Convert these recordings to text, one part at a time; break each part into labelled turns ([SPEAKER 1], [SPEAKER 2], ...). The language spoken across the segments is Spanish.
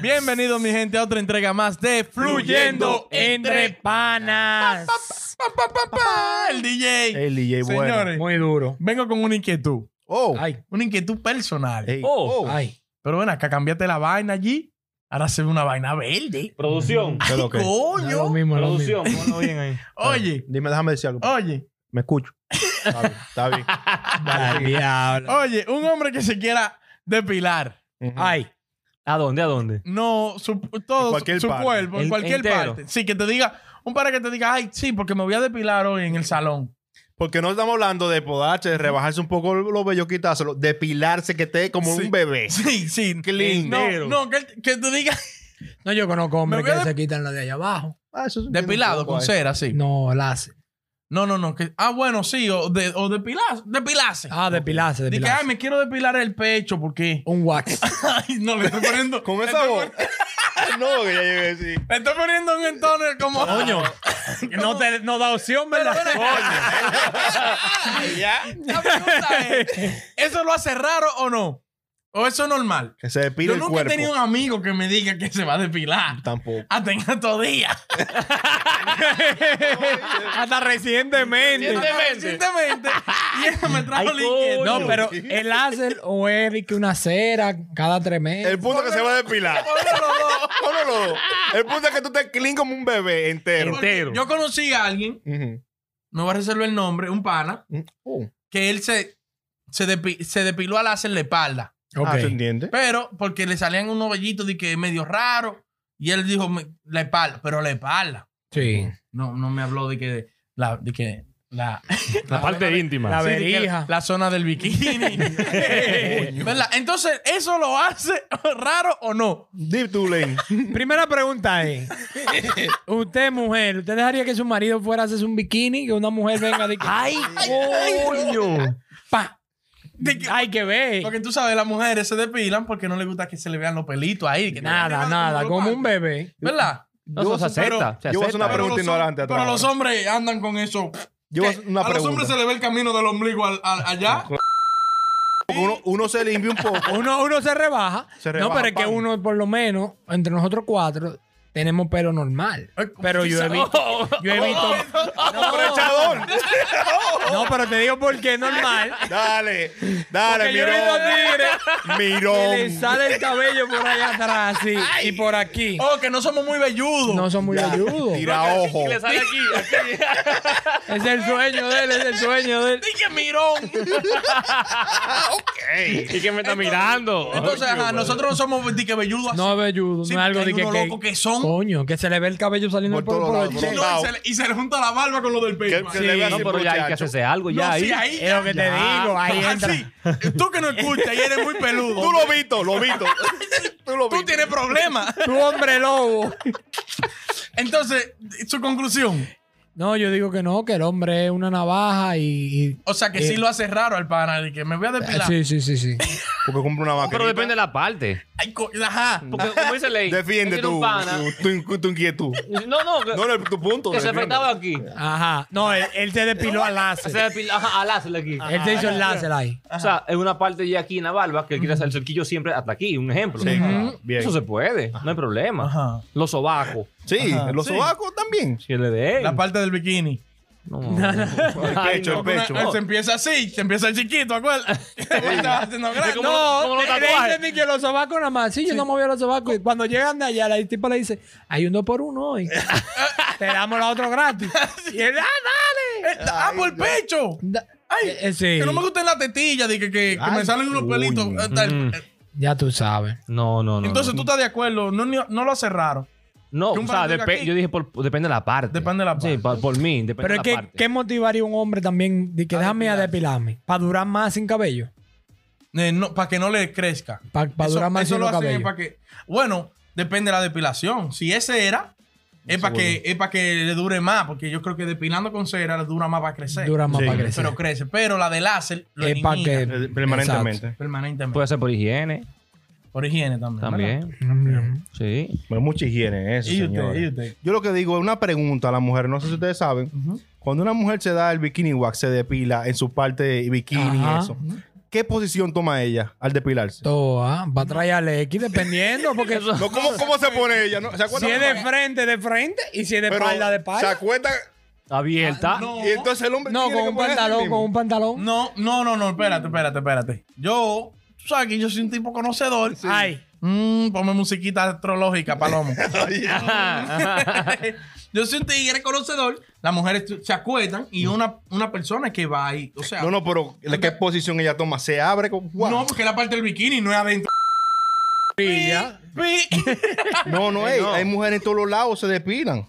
[SPEAKER 1] Bienvenidos, mi gente, a otra entrega más de Fluyendo Entre Panas. El DJ.
[SPEAKER 2] El DJ bueno.
[SPEAKER 1] Señores,
[SPEAKER 3] Muy duro.
[SPEAKER 1] vengo con una inquietud.
[SPEAKER 2] Oh.
[SPEAKER 3] Ay,
[SPEAKER 1] Una inquietud personal.
[SPEAKER 2] Ey.
[SPEAKER 4] Oh.
[SPEAKER 3] ay.
[SPEAKER 1] Pero ven acá, cambiaste la vaina allí. Ahora se ve una vaina verde.
[SPEAKER 4] Producción.
[SPEAKER 2] Pero ok.
[SPEAKER 3] da Lo
[SPEAKER 1] ¡Coño!
[SPEAKER 3] mismo, lo mismo.
[SPEAKER 4] Producción. ponlo bien ahí.
[SPEAKER 1] Oye,
[SPEAKER 2] Dime, déjame decir algo.
[SPEAKER 1] oye,
[SPEAKER 2] Me escucho. Está bien. Está bien.
[SPEAKER 3] Al diablo.
[SPEAKER 1] oye, un hombre que se quiera depilar.
[SPEAKER 2] Ujú.
[SPEAKER 3] Ay.
[SPEAKER 4] ¿A dónde? ¿A dónde?
[SPEAKER 1] No, su, todo
[SPEAKER 2] Mm. En cualquier
[SPEAKER 1] su
[SPEAKER 2] parte.
[SPEAKER 1] cuerpo, en
[SPEAKER 4] El-
[SPEAKER 1] cualquier
[SPEAKER 4] entero.
[SPEAKER 1] parte. Sí, que te diga, un para que te diga, ay, sí, porque me voy a depilar hoy en el salón.
[SPEAKER 2] Porque no estamos hablando de podarse, de rebajarse un poco los vellos, quitárselo, depilarse que esté como
[SPEAKER 1] Sí.
[SPEAKER 2] un bebé.
[SPEAKER 1] Sí, sí.
[SPEAKER 2] Clean.
[SPEAKER 1] No, no, que, que te diga
[SPEAKER 3] No, yo conozco hombres
[SPEAKER 1] Me voy
[SPEAKER 3] que
[SPEAKER 1] a
[SPEAKER 3] se quitan la de allá abajo.
[SPEAKER 2] Ah, eso se entiende
[SPEAKER 1] depilado
[SPEAKER 2] un poco
[SPEAKER 1] con
[SPEAKER 2] ahí.
[SPEAKER 1] cera, sí.
[SPEAKER 3] No, la hace.
[SPEAKER 1] No, no, no. que- ah, bueno, sí, o, de, o depilar, depilarse.
[SPEAKER 3] Ah, depilarse,
[SPEAKER 1] Di que, ay,
[SPEAKER 3] depilarse.
[SPEAKER 1] me quiero depilar el pecho porque.
[SPEAKER 3] Un wax.
[SPEAKER 1] Ay, no, le estoy poniendo.
[SPEAKER 2] Con
[SPEAKER 1] le
[SPEAKER 2] esa
[SPEAKER 1] estoy
[SPEAKER 2] voz. no, que ya llegué así.
[SPEAKER 1] Le estoy poniendo un entoner como. Coño.
[SPEAKER 3] no, te, no da opción, ¿verdad?
[SPEAKER 1] La pregunta es: ¿eso lo hace raro o no? ¿O eso es normal?
[SPEAKER 2] Que se depila
[SPEAKER 1] Yo
[SPEAKER 2] el
[SPEAKER 1] nunca
[SPEAKER 2] cuerpo.
[SPEAKER 1] he tenido Ah, un amigo que me diga que se va a depilar.
[SPEAKER 2] Tampoco.
[SPEAKER 1] Hasta en estos días.
[SPEAKER 3] Hasta recientemente.
[SPEAKER 1] Recientemente. Y eso me trajo
[SPEAKER 4] Ay,
[SPEAKER 1] la inquietud.
[SPEAKER 4] coño.
[SPEAKER 3] No, pero el láser o es de que una cera cada tres
[SPEAKER 1] eh,
[SPEAKER 3] meses.
[SPEAKER 2] El punto es que se va a depilar. Uno los dos. El punto es que tú te clean como un bebé entero.
[SPEAKER 1] Porque
[SPEAKER 4] Entero.
[SPEAKER 1] Yo conocí a alguien,
[SPEAKER 2] Ujú.
[SPEAKER 1] me voy a reservar el nombre, un pana,
[SPEAKER 2] Mm, oh.
[SPEAKER 1] que él se, se, depi- se depiló al hacer la espalda.
[SPEAKER 3] Ok.
[SPEAKER 2] Ah, ¿se entiende?
[SPEAKER 1] Pero porque le salían unos vellitos de que medio raro. Y él dijo, "Me- la espalda, pero la espalda.
[SPEAKER 3] Sí.
[SPEAKER 1] No, no me habló de que la, de que la,
[SPEAKER 4] La parte íntima.
[SPEAKER 3] la
[SPEAKER 1] Sí, de que
[SPEAKER 3] verija.
[SPEAKER 1] la zona del bikini. ¿Verdad? Entonces, ¿eso lo hace raro o no?
[SPEAKER 2] Deep to lane.
[SPEAKER 3] Primera pregunta es: Usted, mujer, ¿usted dejaría que su marido fuera a hacerse un bikini? Que una mujer venga de que. ¡Ay,
[SPEAKER 4] Coño.
[SPEAKER 3] pa!
[SPEAKER 1] De que-
[SPEAKER 3] ¡Ay, que ve!
[SPEAKER 1] porque tú sabes, las mujeres se depilan porque no les gusta que se le vean los pelitos ahí. que
[SPEAKER 3] Nada,
[SPEAKER 1] tengan
[SPEAKER 3] nada, como un
[SPEAKER 1] palo.
[SPEAKER 3] bebé.
[SPEAKER 1] ¿Verdad?
[SPEAKER 4] No,
[SPEAKER 2] Yo
[SPEAKER 4] eso se
[SPEAKER 2] voy a hacer-
[SPEAKER 4] acepta. se
[SPEAKER 2] yo voy a hacer una
[SPEAKER 4] acepta.
[SPEAKER 2] pregunta
[SPEAKER 1] los hom-
[SPEAKER 2] ignorante a
[SPEAKER 1] pero
[SPEAKER 2] toda
[SPEAKER 1] los
[SPEAKER 2] hora.
[SPEAKER 1] hombres andan con eso.
[SPEAKER 2] Yo voy a
[SPEAKER 1] Que
[SPEAKER 2] hacer una
[SPEAKER 1] a los hombres
[SPEAKER 2] pregunta.
[SPEAKER 1] se le ve el camino del ombligo al- al- allá.
[SPEAKER 2] Uno, uno se limpia un poco.
[SPEAKER 3] Uno, uno se rebaja.
[SPEAKER 2] Se rebaja,
[SPEAKER 3] no, pero es que
[SPEAKER 2] pan.
[SPEAKER 3] uno, por lo menos, entre nosotros cuatro, tenemos pelo normal. Pero yo he visto. Yo
[SPEAKER 1] Oh,
[SPEAKER 2] Oh,
[SPEAKER 3] he visto.
[SPEAKER 2] ¡Aprovechador!
[SPEAKER 3] No, pero te digo por qué es normal.
[SPEAKER 2] oh. Dale, dale,
[SPEAKER 3] Porque yo he visto
[SPEAKER 2] mirón.
[SPEAKER 3] tigres que le
[SPEAKER 2] Mirón.
[SPEAKER 3] sale el cabello por allá atrás así, y por aquí.
[SPEAKER 1] Oh, que no somos muy velludos.
[SPEAKER 3] No son muy
[SPEAKER 2] oh. Ya,
[SPEAKER 3] ayudos.
[SPEAKER 2] Tira ojo.
[SPEAKER 4] Le sale aquí, aquí.
[SPEAKER 3] Es el sueño de él, es el sueño de él.
[SPEAKER 1] Dije mirón.
[SPEAKER 2] Ey.
[SPEAKER 4] Y que me está mirando.
[SPEAKER 1] Entonces, ajá, nosotros no somos de que velludos. así.
[SPEAKER 3] No es velludo,
[SPEAKER 1] Sí,
[SPEAKER 3] no es algo
[SPEAKER 1] porque
[SPEAKER 3] de
[SPEAKER 1] hay
[SPEAKER 3] que,
[SPEAKER 1] unos locos que son.
[SPEAKER 3] Coño, que se le ve el cabello saliendo
[SPEAKER 2] Por
[SPEAKER 3] por,
[SPEAKER 2] todos
[SPEAKER 3] por
[SPEAKER 2] lados,
[SPEAKER 3] el-
[SPEAKER 1] Sí,
[SPEAKER 2] bro.
[SPEAKER 1] no, y, se le, y se le junta la barba con lo del pecho.
[SPEAKER 2] Que-
[SPEAKER 1] Sí.
[SPEAKER 2] que- le ve
[SPEAKER 4] no,
[SPEAKER 2] así,
[SPEAKER 4] pero ya hay que
[SPEAKER 2] muchacho.
[SPEAKER 4] hacerse algo.
[SPEAKER 1] No,
[SPEAKER 4] Ya ahí.
[SPEAKER 1] sí, ahí
[SPEAKER 3] Es lo que te
[SPEAKER 4] Ya.
[SPEAKER 3] digo, ahí entra.
[SPEAKER 1] Así. Tú que no escuchas y eres muy peludo.
[SPEAKER 2] Tú lo vito, lo vito. Tú lo
[SPEAKER 1] Tú
[SPEAKER 2] vito.
[SPEAKER 1] tienes problemas.
[SPEAKER 3] Tu hombre lobo.
[SPEAKER 1] Entonces, su conclusión.
[SPEAKER 3] No, yo digo que no, que el hombre es una navaja y. y-
[SPEAKER 1] O sea, que
[SPEAKER 3] Eh.
[SPEAKER 1] sí lo hace raro al pana. De que me voy a depilar.
[SPEAKER 3] Sí, sí, sí, sí.
[SPEAKER 2] Porque compra una vaca.
[SPEAKER 4] Pero depende de la parte.
[SPEAKER 1] Ay, co- ajá.
[SPEAKER 3] Mm.
[SPEAKER 4] Porque, como dice Ley,
[SPEAKER 2] Defiende
[SPEAKER 4] él tiene
[SPEAKER 2] tu,
[SPEAKER 4] un pana.
[SPEAKER 2] tu, tu, inqui- tu inquietud.
[SPEAKER 4] No, no, que,
[SPEAKER 2] No, no, tu punto.
[SPEAKER 4] que se
[SPEAKER 2] defiende.
[SPEAKER 4] afectaba aquí.
[SPEAKER 3] Ajá. No, él, él se depiló al
[SPEAKER 4] Se
[SPEAKER 3] láser.
[SPEAKER 4] depila, ajá, al hacerle aquí.
[SPEAKER 3] Él se hizo el láser ahí.
[SPEAKER 4] O sea, es una parte ya aquí en la barba que él quiere hacer el cerquillo siempre hasta aquí, un ejemplo.
[SPEAKER 2] Sí,
[SPEAKER 4] Ujú.
[SPEAKER 2] claro. Bien.
[SPEAKER 4] Eso se puede, no hay problema.
[SPEAKER 1] Ajá.
[SPEAKER 4] Los sobacos.
[SPEAKER 2] Sí,
[SPEAKER 1] Ajá,
[SPEAKER 2] los
[SPEAKER 1] sí.
[SPEAKER 2] sobacos también.
[SPEAKER 4] Si le de él.
[SPEAKER 1] La parte del bikini.
[SPEAKER 4] No.
[SPEAKER 2] El
[SPEAKER 4] Ay,
[SPEAKER 2] pecho,
[SPEAKER 4] no.
[SPEAKER 2] el pecho.
[SPEAKER 1] Una- Se empieza así, se empieza el chiquito, acuérdate. Estaba haciendo grande.
[SPEAKER 4] como- como
[SPEAKER 3] No,
[SPEAKER 4] los
[SPEAKER 3] le le
[SPEAKER 4] tatuajes.
[SPEAKER 3] dicen ni que los sobacos nada más. Sí, yo no movía los sobacos. Y cuando llegan de allá, la tipa le dice, hay uno por uno hoy. Te damos la otro gratis. Y él, ah,
[SPEAKER 1] Eh, ah, por el pecho.
[SPEAKER 3] dale. Da-
[SPEAKER 1] Ay,
[SPEAKER 3] Eh, eh, sí.
[SPEAKER 1] Que no me gusten las tetillas, de que, que, que
[SPEAKER 2] Ay,
[SPEAKER 1] me salen unos
[SPEAKER 2] coño.
[SPEAKER 1] pelitos. eh, tal.
[SPEAKER 4] Mm.
[SPEAKER 3] Ya tú sabes.
[SPEAKER 4] No, no, no.
[SPEAKER 1] Entonces,
[SPEAKER 4] no.
[SPEAKER 1] tú estás de acuerdo. No, ni- no lo hace raro.
[SPEAKER 4] No,
[SPEAKER 1] que un
[SPEAKER 4] o sea,
[SPEAKER 1] bandido
[SPEAKER 4] depe-
[SPEAKER 1] aquí-
[SPEAKER 4] yo dije, por- depende de la parte.
[SPEAKER 1] Depende de la parte.
[SPEAKER 4] Sí, pa- por mí, depende
[SPEAKER 3] Pero
[SPEAKER 4] de
[SPEAKER 3] es
[SPEAKER 4] la
[SPEAKER 3] que,
[SPEAKER 4] parte.
[SPEAKER 3] ¿qué motivaría a un hombre también de que
[SPEAKER 1] A
[SPEAKER 3] déjame a depilarme? Para durar más sin cabello.
[SPEAKER 1] Eh, no, para que no le crezca.
[SPEAKER 3] Para
[SPEAKER 1] Eso-
[SPEAKER 3] durar más
[SPEAKER 1] eso
[SPEAKER 3] sin
[SPEAKER 1] lo
[SPEAKER 3] los
[SPEAKER 1] hacen
[SPEAKER 3] cabellos.
[SPEAKER 1] para que. Bueno, depende de la depilación. Si ese era, es para que, es para que le dure más, porque yo creo que depilando con cera le dura más para crecer.
[SPEAKER 3] Dura más
[SPEAKER 2] Sí.
[SPEAKER 3] para crecer.
[SPEAKER 1] Pero crece. Pero la de láser lo
[SPEAKER 3] Es para
[SPEAKER 1] elimina
[SPEAKER 3] que.
[SPEAKER 2] Permanentemente.
[SPEAKER 1] permanentemente.
[SPEAKER 4] Puede ser por higiene
[SPEAKER 1] por higiene también. ¿verdad?
[SPEAKER 4] Pues, también.
[SPEAKER 3] Exacto.
[SPEAKER 4] Sí.
[SPEAKER 2] Bueno, mucha higiene en eso,
[SPEAKER 1] Y usted,
[SPEAKER 2] señores.
[SPEAKER 1] y usted.
[SPEAKER 2] Yo lo que digo es una pregunta a la mujer. No sé si ustedes saben. Cuando una mujer se da el bikini wax, se depila en su parte de bikini
[SPEAKER 3] Ajá.
[SPEAKER 2] y eso. ¿Qué posición toma ella al depilarse?
[SPEAKER 3] Toa, ah, va a traer al X dependiendo, porque
[SPEAKER 2] No, ¿cómo, cómo se pone ella? ¿No? ¿Se acuerda?
[SPEAKER 3] si es de frente, de frente, y si es de
[SPEAKER 2] Pero,
[SPEAKER 3] espalda, de
[SPEAKER 2] ¿Se
[SPEAKER 3] espalda.
[SPEAKER 2] acuerda?
[SPEAKER 4] Abierta.
[SPEAKER 1] Ah, No,
[SPEAKER 2] Y entonces el hombre
[SPEAKER 3] No,
[SPEAKER 2] tiene
[SPEAKER 3] con
[SPEAKER 2] que
[SPEAKER 3] un
[SPEAKER 2] ponerse el
[SPEAKER 3] pantalón,
[SPEAKER 2] mismo.
[SPEAKER 3] con un pantalón.
[SPEAKER 1] No, no, no, no, espérate, espérate, espérate. Yo, tú sabes que yo soy un tipo conocedor.
[SPEAKER 3] Ay,
[SPEAKER 1] Mm, ponme musiquita astrológica, Palomo. yo soy un tigre conocedor. Las mujeres tu- se acuerdan y una, una persona que va ahí. O sea,
[SPEAKER 2] Mm. No, no, pero ¿de ¿qué posición ella toma? ¿Se abre con wow.
[SPEAKER 1] no, porque la parte del bikini no es adentro.
[SPEAKER 3] pilla.
[SPEAKER 1] Pi.
[SPEAKER 2] No, Eh, no, ey, hay mujeres en todos los lados se depilan.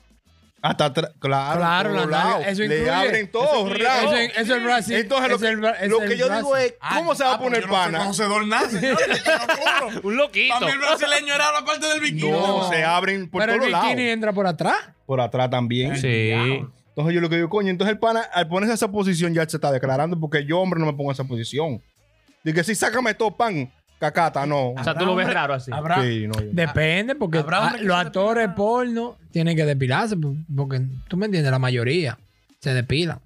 [SPEAKER 2] Hasta atrás, claro,
[SPEAKER 3] Claro,
[SPEAKER 2] en
[SPEAKER 3] la
[SPEAKER 2] todos
[SPEAKER 3] nalga,
[SPEAKER 2] lados.
[SPEAKER 3] eso
[SPEAKER 2] Le
[SPEAKER 3] incluye.
[SPEAKER 2] abren todos los
[SPEAKER 3] Eso,
[SPEAKER 2] lados.
[SPEAKER 3] eso es Brasil.
[SPEAKER 2] Entonces, lo
[SPEAKER 3] es
[SPEAKER 2] que,
[SPEAKER 3] el bra- es
[SPEAKER 2] lo
[SPEAKER 3] el
[SPEAKER 2] que yo
[SPEAKER 3] Brasil.
[SPEAKER 2] digo es, ¿cómo se va a
[SPEAKER 1] Ah, porque
[SPEAKER 2] poner
[SPEAKER 1] yo
[SPEAKER 2] pana?
[SPEAKER 1] No soy conocedor nada, señores, te lo juro.
[SPEAKER 4] Un loquito.
[SPEAKER 1] Para mí el brasileño era la parte del bikini.
[SPEAKER 2] No, se abren por
[SPEAKER 3] Pero el
[SPEAKER 2] todos lados.
[SPEAKER 3] bikini entra por atrás.
[SPEAKER 2] Por atrás también.
[SPEAKER 4] Sí.
[SPEAKER 2] Entonces yo lo que digo, coño, entonces el pana, al ponerse esa posición ya se está declarando porque yo, hombre, no me pongo en esa posición. Dice, sí, sácame todo pan, cacata, no.
[SPEAKER 4] O sea, tú lo ves raro así.
[SPEAKER 1] Habrá.
[SPEAKER 2] Sí, no, yo-
[SPEAKER 3] Depende, porque
[SPEAKER 1] Habrá
[SPEAKER 3] ah,
[SPEAKER 1] hombres que
[SPEAKER 3] los
[SPEAKER 1] se
[SPEAKER 3] actores
[SPEAKER 1] depilan.
[SPEAKER 3] porno tienen que depilarse, pu- porque tú me entiendes, la mayoría se depilan.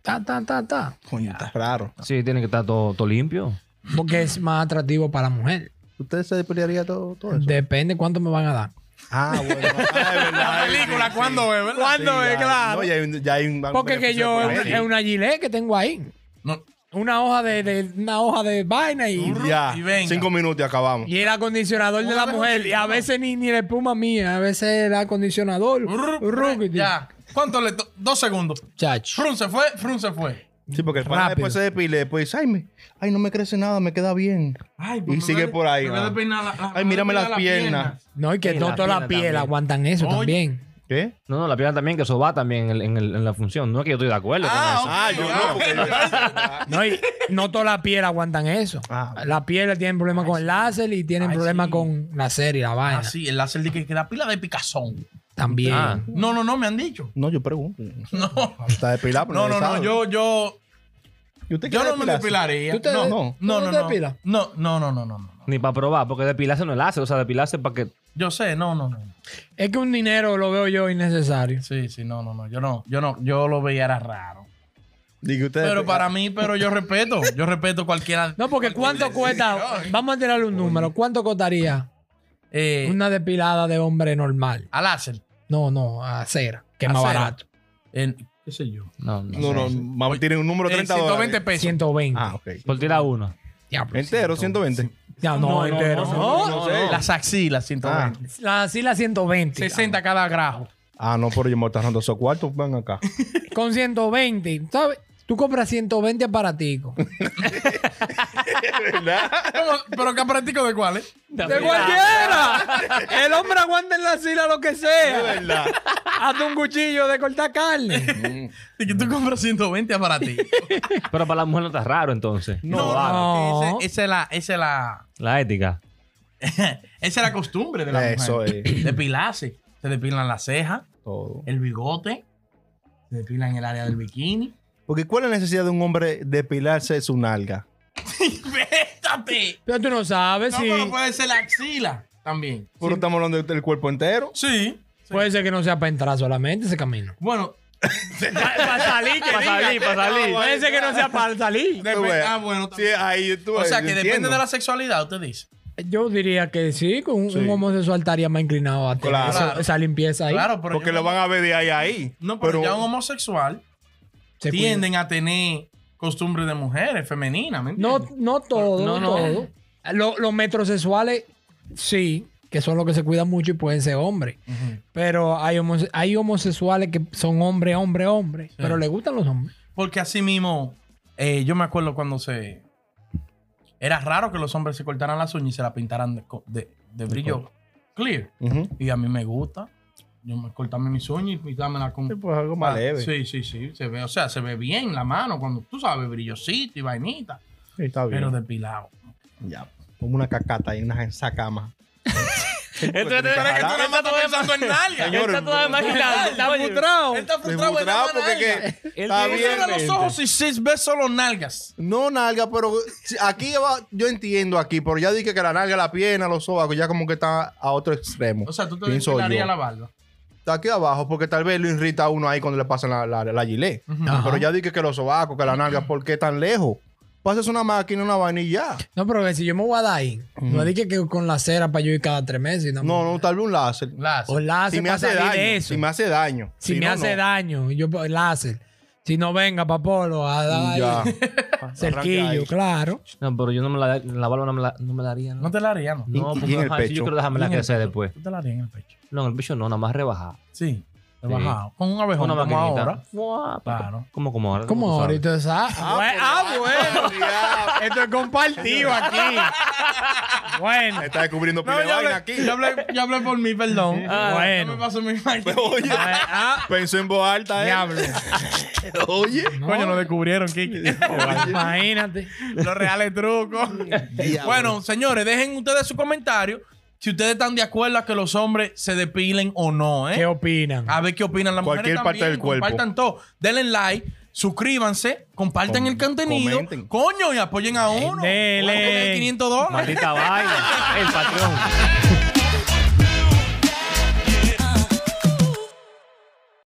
[SPEAKER 3] Ta, ta, ta, ta.
[SPEAKER 2] Coño, está raro.
[SPEAKER 4] Sí, tiene que estar todo, todo limpio.
[SPEAKER 3] Porque es más atractivo para la mujer.
[SPEAKER 2] ¿Ustedes se depilaría todo, todo eso?
[SPEAKER 3] Depende cuánto me van a dar.
[SPEAKER 2] ah, bueno. Ah, es
[SPEAKER 1] La
[SPEAKER 2] verdad.
[SPEAKER 1] película, ¿cuándo es, verdad?
[SPEAKER 3] ¿Cuándo
[SPEAKER 2] Ya,
[SPEAKER 3] es? Claro.
[SPEAKER 2] no, ya hay un- ya hay un- un
[SPEAKER 3] Porque que
[SPEAKER 2] beneficio
[SPEAKER 3] yo es
[SPEAKER 2] económico.
[SPEAKER 3] una- es una gilet que tengo ahí.
[SPEAKER 1] No.
[SPEAKER 3] Una hoja de, de- una hoja de vaina y,
[SPEAKER 1] Burro.
[SPEAKER 2] Ya,
[SPEAKER 1] Y venga.
[SPEAKER 2] cinco minutos y acabamos.
[SPEAKER 3] y el acondicionador de
[SPEAKER 1] Una
[SPEAKER 3] la
[SPEAKER 1] vez
[SPEAKER 3] mujer.
[SPEAKER 1] así,
[SPEAKER 3] Y a
[SPEAKER 1] ¿no?
[SPEAKER 3] veces ni, ni la espuma mía, a veces el acondicionador. Ruc,
[SPEAKER 1] Ya. ¿Cuánto le to- Dos segundos.
[SPEAKER 3] Chacho.
[SPEAKER 1] Frun se fue, Frun se fue.
[SPEAKER 2] Sí, porque el pana
[SPEAKER 3] Rápido.
[SPEAKER 2] después se depila y después dice, ay, me- ay, no me crece nada, me queda bien.
[SPEAKER 1] Ay, pues,
[SPEAKER 2] Y
[SPEAKER 1] me
[SPEAKER 2] sigue
[SPEAKER 1] voy a-
[SPEAKER 2] por ahí,
[SPEAKER 1] me voy a
[SPEAKER 2] va.
[SPEAKER 1] despeinar la- la-
[SPEAKER 2] Ay,
[SPEAKER 1] me
[SPEAKER 2] mírame
[SPEAKER 1] voy a despeinar
[SPEAKER 2] las piernas.
[SPEAKER 3] No, y que
[SPEAKER 4] Y
[SPEAKER 3] no
[SPEAKER 4] la
[SPEAKER 3] toda la
[SPEAKER 4] pierna
[SPEAKER 3] piel
[SPEAKER 4] también.
[SPEAKER 3] aguantan eso
[SPEAKER 1] Oye.
[SPEAKER 3] también.
[SPEAKER 2] ¿Qué?
[SPEAKER 4] No, no, la pierna también, que eso va también en, el- en el- en la función. No es que yo estoy de acuerdo
[SPEAKER 1] Ah,
[SPEAKER 4] con eso.
[SPEAKER 1] ah,
[SPEAKER 2] Ah, yo no, porque
[SPEAKER 3] No, y no toda la piel aguantan eso.
[SPEAKER 2] Ah.
[SPEAKER 3] La piel tiene problemas con el láser y tienen
[SPEAKER 1] Ay,
[SPEAKER 3] problemas
[SPEAKER 1] sí.
[SPEAKER 3] con la serie, la vaina.
[SPEAKER 1] Ah, sí, el láser dice que queda pila de picazón.
[SPEAKER 3] También.
[SPEAKER 4] Ah.
[SPEAKER 1] No, no, no, me han dicho.
[SPEAKER 2] No, yo pregunto.
[SPEAKER 1] No,
[SPEAKER 2] Está depilado, pero
[SPEAKER 1] no, no,
[SPEAKER 2] nadie
[SPEAKER 1] no,
[SPEAKER 2] sabe.
[SPEAKER 1] yo, yo,
[SPEAKER 2] ¿Y usted
[SPEAKER 1] yo
[SPEAKER 2] quiere
[SPEAKER 1] no me
[SPEAKER 2] depilarse?
[SPEAKER 1] depilaría.
[SPEAKER 3] ¿Tú te-
[SPEAKER 1] no,
[SPEAKER 2] no.
[SPEAKER 1] no,
[SPEAKER 3] ¿Tú
[SPEAKER 1] no,
[SPEAKER 3] te
[SPEAKER 1] no,
[SPEAKER 3] depilas?
[SPEAKER 1] no, no, no, no, no, no.
[SPEAKER 4] Ni para probar, porque depilarse no es láser. O sea, depilarse para que.
[SPEAKER 1] Yo sé, no, no, no.
[SPEAKER 3] Es que un dinero lo veo yo innecesario.
[SPEAKER 1] Sí, sí, no, no, no. Yo no, yo no, yo lo veía era raro.
[SPEAKER 2] Digo, usted
[SPEAKER 1] Pero
[SPEAKER 2] depila-
[SPEAKER 1] para mí, pero yo respeto, yo respeto cualquiera.
[SPEAKER 3] No, porque ¿cuánto cuesta? Vamos a tirarle un número. ¿Cuánto costaría
[SPEAKER 1] Eh,
[SPEAKER 3] una depilada de hombre normal?
[SPEAKER 1] a láser.
[SPEAKER 3] No, no, a cera, que es
[SPEAKER 1] Ah. A
[SPEAKER 3] más
[SPEAKER 1] cera.
[SPEAKER 3] barato.
[SPEAKER 1] en- ¿Qué sé yo?
[SPEAKER 4] No, no.
[SPEAKER 2] No,
[SPEAKER 4] sé.
[SPEAKER 2] no, vamos a tirar un número de
[SPEAKER 1] En
[SPEAKER 2] 30
[SPEAKER 1] 120
[SPEAKER 2] dólares.
[SPEAKER 1] pesos.
[SPEAKER 3] 120.
[SPEAKER 2] Ah, ok.
[SPEAKER 4] Por tirar uno.
[SPEAKER 3] Diablo,
[SPEAKER 2] Entero, 120.
[SPEAKER 3] Ya, no,
[SPEAKER 4] No, no,
[SPEAKER 3] entero.
[SPEAKER 4] no,
[SPEAKER 3] No,
[SPEAKER 4] no,
[SPEAKER 2] no, no.
[SPEAKER 1] Las axilas, 120.
[SPEAKER 3] La, sí, la 120.
[SPEAKER 1] 60 Ah. cada grajo.
[SPEAKER 2] Ah, no, pero yo me estoy dando esos cuartos, van acá.
[SPEAKER 3] Con 120, ¿sabes? Tú compras 120 aparaticos.
[SPEAKER 1] ¿Cómo? ¿Pero qué aparatico de eh. cuáles?
[SPEAKER 3] ¡De cualquiera! El hombre aguanta en la sila lo que sea.
[SPEAKER 2] verdad.
[SPEAKER 3] Hazte un cuchillo de cortar carne.
[SPEAKER 1] Y que
[SPEAKER 2] Mm.
[SPEAKER 1] tú compras 120 aparaticos.
[SPEAKER 4] Pero para la mujer no está raro, entonces.
[SPEAKER 1] No,
[SPEAKER 4] vale.
[SPEAKER 3] no.
[SPEAKER 1] porque ese- Esa es la, esa es la,
[SPEAKER 4] La ética.
[SPEAKER 1] esa es la costumbre de la
[SPEAKER 2] Eso
[SPEAKER 1] mujer.
[SPEAKER 2] es.
[SPEAKER 1] Depilarse. Se depilan las cejas,
[SPEAKER 2] Todo.
[SPEAKER 1] el bigote, se depilan el área del bikini.
[SPEAKER 2] Porque ¿cuál es la necesidad de un hombre depilarse su nalga?
[SPEAKER 1] ¡Véstate!
[SPEAKER 3] Pero tú no sabes
[SPEAKER 1] No,
[SPEAKER 3] si.
[SPEAKER 1] pero puede ser la axila también.
[SPEAKER 2] Pero estamos hablando del cuerpo entero.
[SPEAKER 1] Sí.
[SPEAKER 3] Puede ser que no sea para entrar solamente ese camino.
[SPEAKER 1] Bueno,
[SPEAKER 3] Para salir, que
[SPEAKER 4] Para salir, para salir.
[SPEAKER 3] Puede ser que no sea para salir.
[SPEAKER 2] Tú
[SPEAKER 1] depende.
[SPEAKER 2] ves.
[SPEAKER 1] Ah, bueno,
[SPEAKER 2] Sí,
[SPEAKER 1] también.
[SPEAKER 2] ahí tú
[SPEAKER 1] O
[SPEAKER 2] ves,
[SPEAKER 1] sea,
[SPEAKER 2] yo
[SPEAKER 1] que depende
[SPEAKER 2] entiendo.
[SPEAKER 1] de la sexualidad, usted dice.
[SPEAKER 3] Yo diría que sí, que un,
[SPEAKER 2] Sí.
[SPEAKER 3] un homosexual estaría más inclinado a tener
[SPEAKER 2] Claro.
[SPEAKER 3] eso- esa limpieza ahí.
[SPEAKER 1] Claro, pero.
[SPEAKER 2] Porque
[SPEAKER 1] yo-
[SPEAKER 2] lo van a ver de ahí a ahí.
[SPEAKER 1] No, pero, ya un homosexual
[SPEAKER 3] Se cuida.
[SPEAKER 1] tienden a tener costumbres de mujeres femeninas, ¿me
[SPEAKER 3] No,
[SPEAKER 1] entiendes?
[SPEAKER 3] no todo,
[SPEAKER 4] No,
[SPEAKER 3] no,
[SPEAKER 4] no.
[SPEAKER 3] todo. Lo- los metrosexuales, sí, que son los que se cuidan mucho y pueden ser hombres.
[SPEAKER 1] Ujú.
[SPEAKER 3] Pero hay, homose- hay homosexuales que son hombre, hombre, hombre. Pero les gustan los hombres.
[SPEAKER 1] Porque así mismo, eh, yo me acuerdo cuando se. Era raro que los hombres se cortaran las uñas y se las pintaran de, co- de- de brillo clear.
[SPEAKER 2] Ujú.
[SPEAKER 1] Y a mí me gusta. Yo me cortarme mis uñas y pintármelas con.
[SPEAKER 2] Sí, Pues algo más leve.
[SPEAKER 1] Sí, sí, sí. Se ve, o sea, se ve bien la mano cuando tú sabes, brillosito y vainita.
[SPEAKER 2] Sí, Está bien.
[SPEAKER 1] Pero depilado.
[SPEAKER 2] Ya, pongo una cacata y una sacama.
[SPEAKER 5] Entonces,
[SPEAKER 2] este
[SPEAKER 1] Pero es que tú
[SPEAKER 5] Él
[SPEAKER 1] nada más
[SPEAKER 5] está
[SPEAKER 1] estás pensando en nalga.
[SPEAKER 2] Señor,
[SPEAKER 5] está todo
[SPEAKER 3] Está
[SPEAKER 5] imaginando.
[SPEAKER 3] frustrado.
[SPEAKER 1] Él está
[SPEAKER 2] Estoy
[SPEAKER 1] frustrado en nada más
[SPEAKER 2] frustrado este porque
[SPEAKER 1] nalga.
[SPEAKER 2] que está
[SPEAKER 1] Tú
[SPEAKER 2] bien.
[SPEAKER 1] cierras los
[SPEAKER 2] gente.
[SPEAKER 1] ojos y sí ves solo nalgas.
[SPEAKER 2] No nalga, pero si- aquí va- yo entiendo aquí, pero ya dije que la nalga, la pierna, los sobacos, ya como que está a otro extremo.
[SPEAKER 1] O sea, tú te
[SPEAKER 2] Pienso yo.
[SPEAKER 1] depilarías la barba.
[SPEAKER 2] Está aquí abajo porque tal vez lo irrita a uno ahí cuando le pasan la, la, la gilet. Pero ya dije que los sobacos, que la nalga, ¿por qué tan lejos? Pasas una máquina, una vainilla.
[SPEAKER 3] No, pero que si yo me voy a dar ahí, no dije que con la cera para yo ir cada tres meses. No,
[SPEAKER 2] No, no, tal vez un láser.
[SPEAKER 1] Las.
[SPEAKER 3] O láser
[SPEAKER 2] Si me
[SPEAKER 3] para
[SPEAKER 2] hace
[SPEAKER 3] salir de
[SPEAKER 2] daño.
[SPEAKER 3] eso.
[SPEAKER 2] Si me hace daño.
[SPEAKER 3] Si me
[SPEAKER 2] no,
[SPEAKER 3] hace
[SPEAKER 2] no.
[SPEAKER 3] daño, yo puedo- láser. Si no venga para Polo, a dar
[SPEAKER 2] Ya.
[SPEAKER 3] ahí.
[SPEAKER 2] Arranque
[SPEAKER 3] cerquillo,
[SPEAKER 2] ahí.
[SPEAKER 3] claro.
[SPEAKER 4] No, pero yo no me la, la barba no me la, no me la haría. No,
[SPEAKER 1] No te la haría, ¿no?
[SPEAKER 4] No,
[SPEAKER 2] ¿Y- y
[SPEAKER 4] porque
[SPEAKER 2] en el
[SPEAKER 4] ajá,
[SPEAKER 2] pecho?
[SPEAKER 4] sí, yo quiero dejarme la
[SPEAKER 1] En el
[SPEAKER 4] crecer
[SPEAKER 1] pecho.
[SPEAKER 4] después.
[SPEAKER 1] Tú te la harías en el pecho.
[SPEAKER 4] No, en el pecho no, nada más rebajada.
[SPEAKER 1] Sí.
[SPEAKER 4] Sí.
[SPEAKER 1] Rebajado. Con un abejón
[SPEAKER 4] Una
[SPEAKER 1] como ahora.
[SPEAKER 4] maquinita. Guau,
[SPEAKER 1] Claro.
[SPEAKER 4] ¿Cómo, cómo ahora?
[SPEAKER 3] ¿Cómo
[SPEAKER 4] tú sabes?
[SPEAKER 3] ahorita esa? Ah, bueno. Esto es compartido aquí. Bueno.
[SPEAKER 2] Me está descubriendo pila
[SPEAKER 1] No,
[SPEAKER 2] de
[SPEAKER 1] ya
[SPEAKER 2] vaina
[SPEAKER 1] hablé,
[SPEAKER 2] aquí.
[SPEAKER 1] ya, hablé, ya hablé por mí, perdón.
[SPEAKER 3] Ah,
[SPEAKER 1] bueno.
[SPEAKER 3] bueno.
[SPEAKER 1] me pasó mi
[SPEAKER 2] Pero,
[SPEAKER 1] máquina.
[SPEAKER 2] Oye,
[SPEAKER 3] pues, ah.
[SPEAKER 2] pensó en voz alta, eh.
[SPEAKER 3] Diablo.
[SPEAKER 2] Oye.
[SPEAKER 1] Coño, lo descubrieron, Kiki.
[SPEAKER 3] Imagínate.
[SPEAKER 1] Los reales trucos. bueno, señores, dejen ustedes su comentario si ustedes están de acuerdo a que los hombres se depilen o no,
[SPEAKER 3] ¿Qué
[SPEAKER 1] ¿eh?
[SPEAKER 3] opinan?
[SPEAKER 1] A ver qué opinan las
[SPEAKER 2] Cualquier
[SPEAKER 1] mujeres
[SPEAKER 2] parte
[SPEAKER 1] también,
[SPEAKER 2] del cuerpo.
[SPEAKER 1] Compartan todo. Denle like, suscríbanse, compartan
[SPEAKER 2] Com-
[SPEAKER 1] el contenido.
[SPEAKER 2] comenten.
[SPEAKER 1] Coño, y apoyen a uno.
[SPEAKER 3] dele.
[SPEAKER 1] Vamos a poner 500 dólares.
[SPEAKER 5] Maldita vaina. El patrón.